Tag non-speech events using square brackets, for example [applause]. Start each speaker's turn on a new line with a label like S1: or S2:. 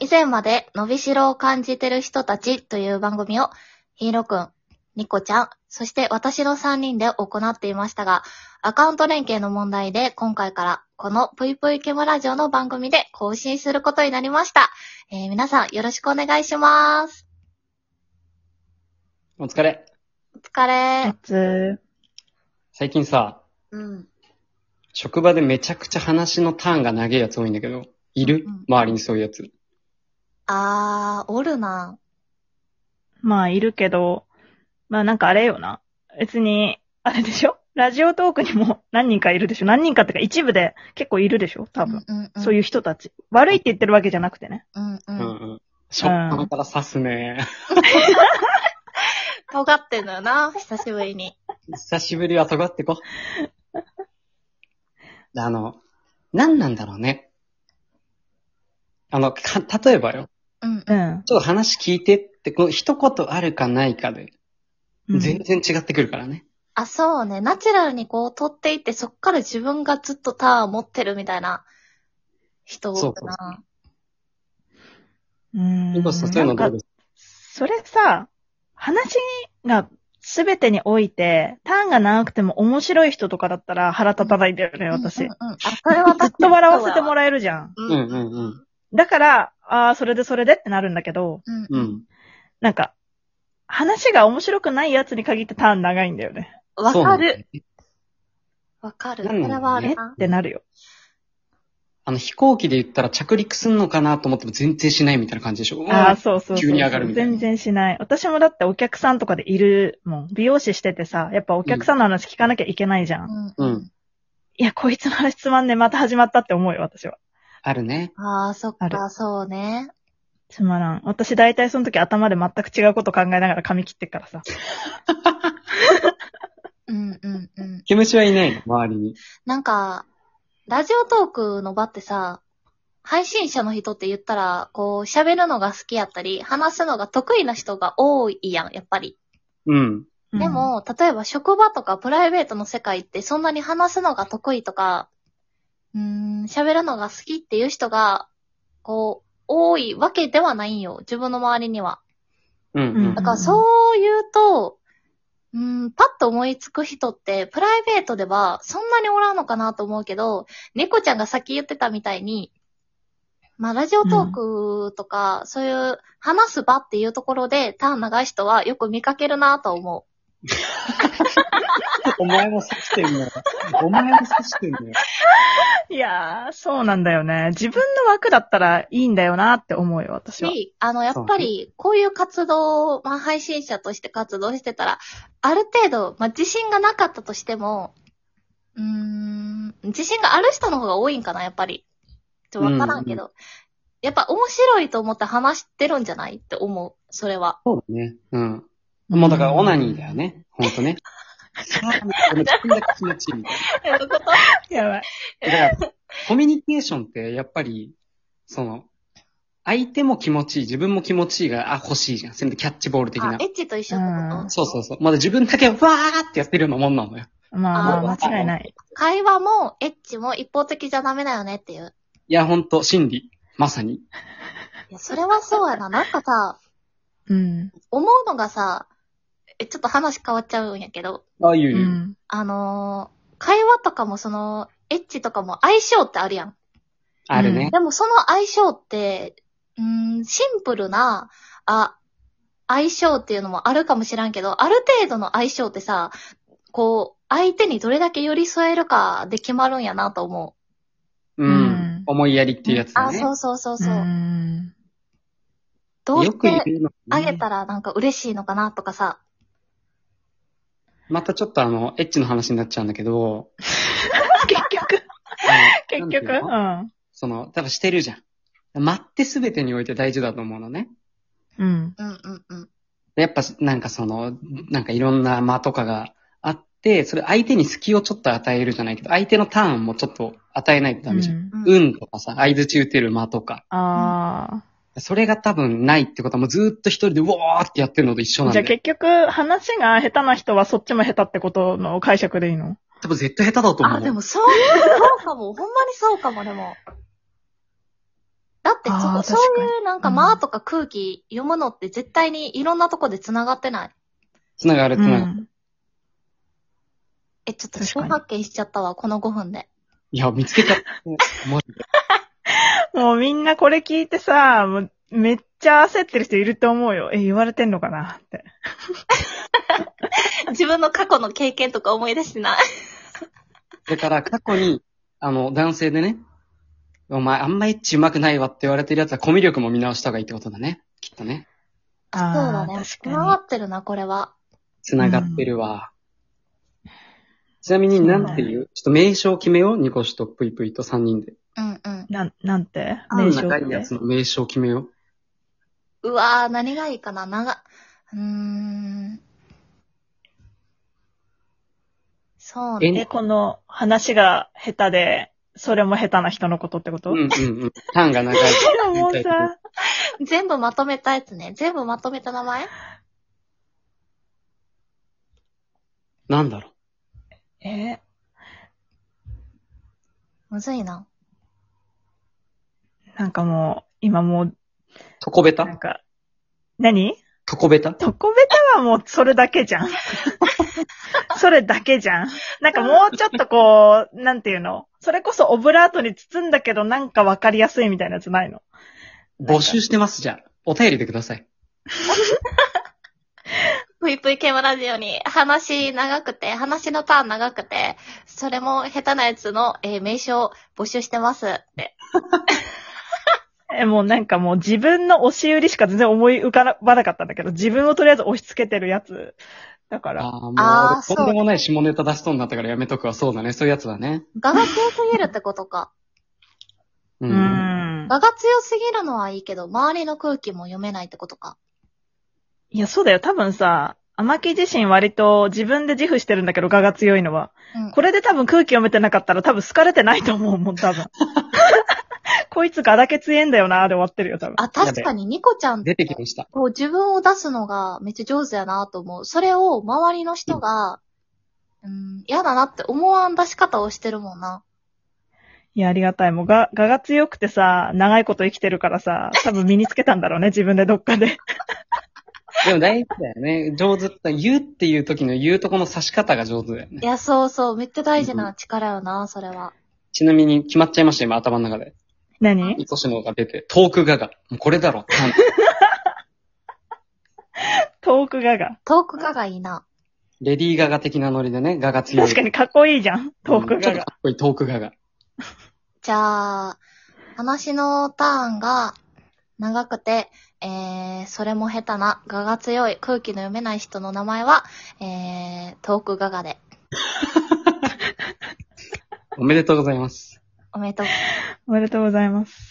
S1: 以前まで伸びしろを感じてる人たちという番組を、ヒーローくん、ニコちゃん、そして私の3人で行っていましたが、アカウント連携の問題で今回からこのぷいぷいケムラジオの番組で更新することになりました。えー皆さんよろしくお願いします。
S2: お疲れ。
S1: お疲れ。
S3: つ
S2: 最近さ、
S1: うん。
S2: 職場でめちゃくちゃ話のターンが長いやつ多いんだけど、いる、
S1: うん
S2: 周りにそういうやつ。
S1: あー、おるな。
S3: まあ、いるけど、まあなんかあれよな。別に、あれでしょラジオトークにも何人かいるでしょ何人かってか一部で結構いるでしょ多分。
S1: うん
S3: そう
S1: い
S3: いう人たち。悪いって言ってるわけじゃなくてね。
S1: うん。う
S2: うんん
S1: うん。
S2: うん。しょっぱなから刺すね。
S1: 尖ってんのよな、久しぶりに。
S2: 久しぶりは尖ってこ。であの、何なんだろうね。あの、か、例えばよ。
S1: うん。
S3: うん。
S2: ちょっと話聞いてって、こう、一言あるかないかで、
S3: うん
S2: 全然違ってくるからね。
S1: あ、そうね。ナチュラルにこう取っていって、そっから自分がずっとターンを持ってるみたいな人多くな。
S3: うん。
S2: ニコスさんそういうの
S3: なん
S2: ど
S3: か
S2: うです
S3: それさ、話が全てにおいて、ターンが長くても面白い人とかだったら腹立たないんだよね、私。
S1: うん
S3: ずっ
S1: うんうん。あ、それは確か
S3: と
S1: に
S3: 笑わせても
S1: ら
S3: らえるじゃん。
S1: う。
S2: うん
S1: うん
S2: んうんうん。
S3: だから、ああ、それでそれでってなるんだけど、
S1: うん
S2: う
S1: うん
S2: ん。
S3: なんか、話が面白くないやつに限ってターン長いんだよね。
S1: わ
S2: そうな
S1: か
S2: んだよ
S1: る。
S2: ね
S1: わかる。そ
S2: なん
S1: れ
S2: なの
S1: はある
S3: えっ
S1: な。
S3: てなるよ。
S2: あの、飛行機で言ったら着陸すんのかなと思っても全然しないみたいな感じでしょ
S3: ああ、そうそうそう
S2: 急に上がるみたいな
S3: 全然しない。私もだってお客さんとかでいるもん。美容師しててさ、やっぱお客さんの話聞かなきゃいけないじゃん。
S1: うん
S2: う
S1: うん
S2: ん。
S3: いや、こいつの話つまんねえ、また始まったって思うよ、私は。
S2: あるね。
S1: ああ、そっ
S3: ある
S1: か、そうね。
S3: つまらん。私大体その時頭で全く違うこと考えながら髪切ってっからさ。
S1: うんうんうん。
S2: 毛虫はいないの、周りに。
S1: なんか、ラジオトークの場ってさ、配信者の人って言ったら、こう、喋るのが好きやったり、話すのが得意な人が多いやん、やっぱり。
S2: うん。
S3: うん
S1: で、も、例えば職場とかプライベートの世界ってそんなに話すのが得意とか、うーん、喋るのが好きっていう人が、こう、多いわけではないんよ。自分の周りには。
S2: うん
S3: うん
S1: だからそう言うと、うーん、パッと思いつく人って、プライベートではそんなにおらんのかなと思うけど、猫ちゃんがさっき言ってたみたいに、まあ、ラジオトークとか、そういう話す場っていうところで、ターン長い人はよく見かけるなと思う。
S2: お前も刺してんだよ。お前も刺してんだよ。
S3: いやー、そうなんだよね。自分の枠だったらいいんだよなって思うよ、私は。
S1: し、あの、やっぱり、こういう活動を、まあ、配信者として活動してたら、ある程度、まあ、自信がなかったとしても、うーん、自信がある人の方が多いんかな、やっぱり。ちょっとわからんけど。やっぱ面白いと思って話してるんじゃないって思う、それは。
S2: そうだね。うん。もうだから、オナニーだよね。ほんとね。さあ、俺自分だけ気持ちいいみたい
S1: どういうこと
S3: やばい。
S2: な。だから、コミュニケーションって、やっぱり、その、相手も気持ちいい、自分も気持ちいいが、あ、欲しいじゃん。せめてキャッチボール的
S1: あ
S2: な
S1: エ。ッチと一緒ってこ
S3: う
S1: と
S3: ん
S2: そうそうそう。まだ自分だけわーってやってるようなもんなのよ。
S3: まあまあ、間違いない。
S1: 会話も、エッチも一方的じゃダメだよねっていう。
S2: いや、ほんと、真理。まさに。
S1: いや、それはそうやな。なんかさ、
S3: うん。
S1: 思うのがさ、え、ちょっと話変わっちゃうんやけど、
S2: ああいうう、うん、
S3: ん。
S1: あのー会話とかもその、エッチとかも相性ってあるやん。
S2: あるね。
S1: でもその相性って、うーん、シンプルな、あ、相性っていうのもあるかもしらんけど、ある程度の相性ってさ、こう、相手にどれだけ寄り添えるかで決まるんやなと思う。
S2: うん。
S3: うん
S2: 思いやりっていうやつだ
S1: あ、
S2: ね。
S1: そうそうそうそう。
S3: ん
S1: どう
S2: よ
S1: し
S2: く言
S1: て
S2: うの、ね。
S1: あげたらなんか嬉しいのかなとかさ。
S2: またちょっとあの、エッチの話になっちゃうんだけど、
S3: 結局、
S2: あのなん
S3: 結局、
S2: ていううの
S3: ん。
S2: その、多分してるじゃん。待ってすべてにおいて大事だと思うのね。
S3: うん。
S1: うんうんうん。
S2: やっぱ、なんかその、なんかいろんな間とかがあって、それ相手に隙をちょっと与えるじゃないけど、相手のターンもちょっと与えないとダメじゃん。
S3: うん
S1: うん
S2: うん、とかさ、相づち打てる間とか。
S3: あ
S2: それが多分ないってことはもうずーっと一人でうわーってやってるのと一緒
S3: あ。
S2: なん
S3: じ
S2: だ
S3: ゃあ
S2: よ。
S3: 結局、話が下手な人はそっちも下手ってことの解釈でいいの
S2: 多分絶対下手だと思う。
S1: あ、でもそう、そうかも。ほんまにそうかも、でも。だっってそ
S3: あ
S1: こ、
S3: ー
S1: そう
S3: 確か
S1: いうなんか
S3: うん
S1: 間とか空気読むのって絶対にいろんなとこで繋がってない。
S2: つながる、つ
S3: う
S2: ながる。
S3: ん。
S1: え、ちょっと
S3: 確
S1: 新
S3: かに
S1: 発見しちゃったわ、この5分で。 [laughs]
S2: いや、見つけちゃった。マジで
S3: もうみんなこれ聞いてさ、もうめっちゃ焦ってる人いると思うよ。え、言われてんのかなって。
S1: 自分の過去の経験とか思い出してない。
S2: だから、過去に、あの、男性でね、お前、あんまエッチ上手くないわって言われてるやつは、コミュ力も見直した方がいいってことだね。きっとね。
S1: そうだね。
S3: 確
S1: 回
S3: か
S1: ってるな、これは。
S2: 繋がってるわ。ちなみに、なんていう、ちょっと名称を決めよう。ニコシとプイプイと3人で。
S1: うんうん。
S3: に。なん、なんて
S1: あ
S3: 名称
S2: 長
S3: っ
S2: いや
S3: て
S2: つ。の名称を決めよう。
S1: うわー、何がいいかな、長、うーん。そうね。
S2: え
S3: え、この話が下手で、それも下手な人のことってこと、
S2: うんうんうん。ターンが長い。
S3: もうさ、
S1: 全部まとめたやつね。全部まとめた名前
S2: なんだろう。
S3: え、
S1: むずいな。
S3: なんかもう、今もう、
S2: トコベタ
S3: なんか、何
S2: トコベタ
S3: トコベタはもうそれだけじゃん。 [laughs] それだけじゃん。なんかもうちょっとこう、なんていうのそれこそオブラートに包んだけどなんかわかりやすいみたいなやつないの
S2: 募集してます、じゃあ。お便りでください。
S1: ぷいぷいケムラジオに話長くて、話のターン長くて、それも下手なやつの、えー名称募集してますって。
S3: え、もうなんかもう自分の押し売りしか全然思い浮かばなかったんだけど、自分をとりあえず押し付けてるやつ。だから、
S2: ああ、もう
S1: あーそ
S2: 俺
S1: う
S2: とんでもない下ネタ出しそうになったからやめとくわ。そうだね。そういうやつだね。
S1: 画が強すぎるってことか。
S2: う
S3: うーん。
S1: 画が強すぎるのはいいけど、周りの空気も読めないってことか。
S3: いや、そうだよ。多分さ、甘木自身割と自分で自負してるんだけど、我が強いのは。
S1: うん
S3: これで多分空気読めてなかったら多分好かれてないと思うもん、
S2: [laughs]
S3: 多分。こいつがだけ強えんだよな、で終わってるよ、多分。
S1: あ、確かにニコちゃんって
S2: 出てきました。
S1: こう自分を出すのがめっちゃ上手やなと思う。それを周りの人が、うん、嫌だなって思わん出し方をしてるもんな。
S3: いや、ありがたい。もう、が、我が強くてさ、長いこと生きてるからさ、多分身につけたんだろうね、自分でどっかで。
S2: でも大事だよね。上手って、言うっていう時の言うとこの刺し方が上手だよね
S1: い。や、そうそう。めっちゃ大事な力よな、それは。
S2: ちなみに決まっちゃいました、今頭の中で。
S3: 何
S2: いとしのが出て、トークガガ。もうこれだろ。ターン
S3: トークガが。
S1: トークががいいな。
S2: レディーガガ的なノリでね、ガガ強い。
S3: 確かにかっこいいじゃん、トー
S2: う
S3: ク
S2: んちょっ
S3: ガ
S2: と
S3: が。
S2: かっこいい、トークガガ。
S1: じゃあ、話のターンが長くて、えー、それも下手な、画が強い、空気の読めない人の名前は、えー、トークガガで。
S2: おめでとうございます。
S1: おめでとう。
S3: おめでとうございます。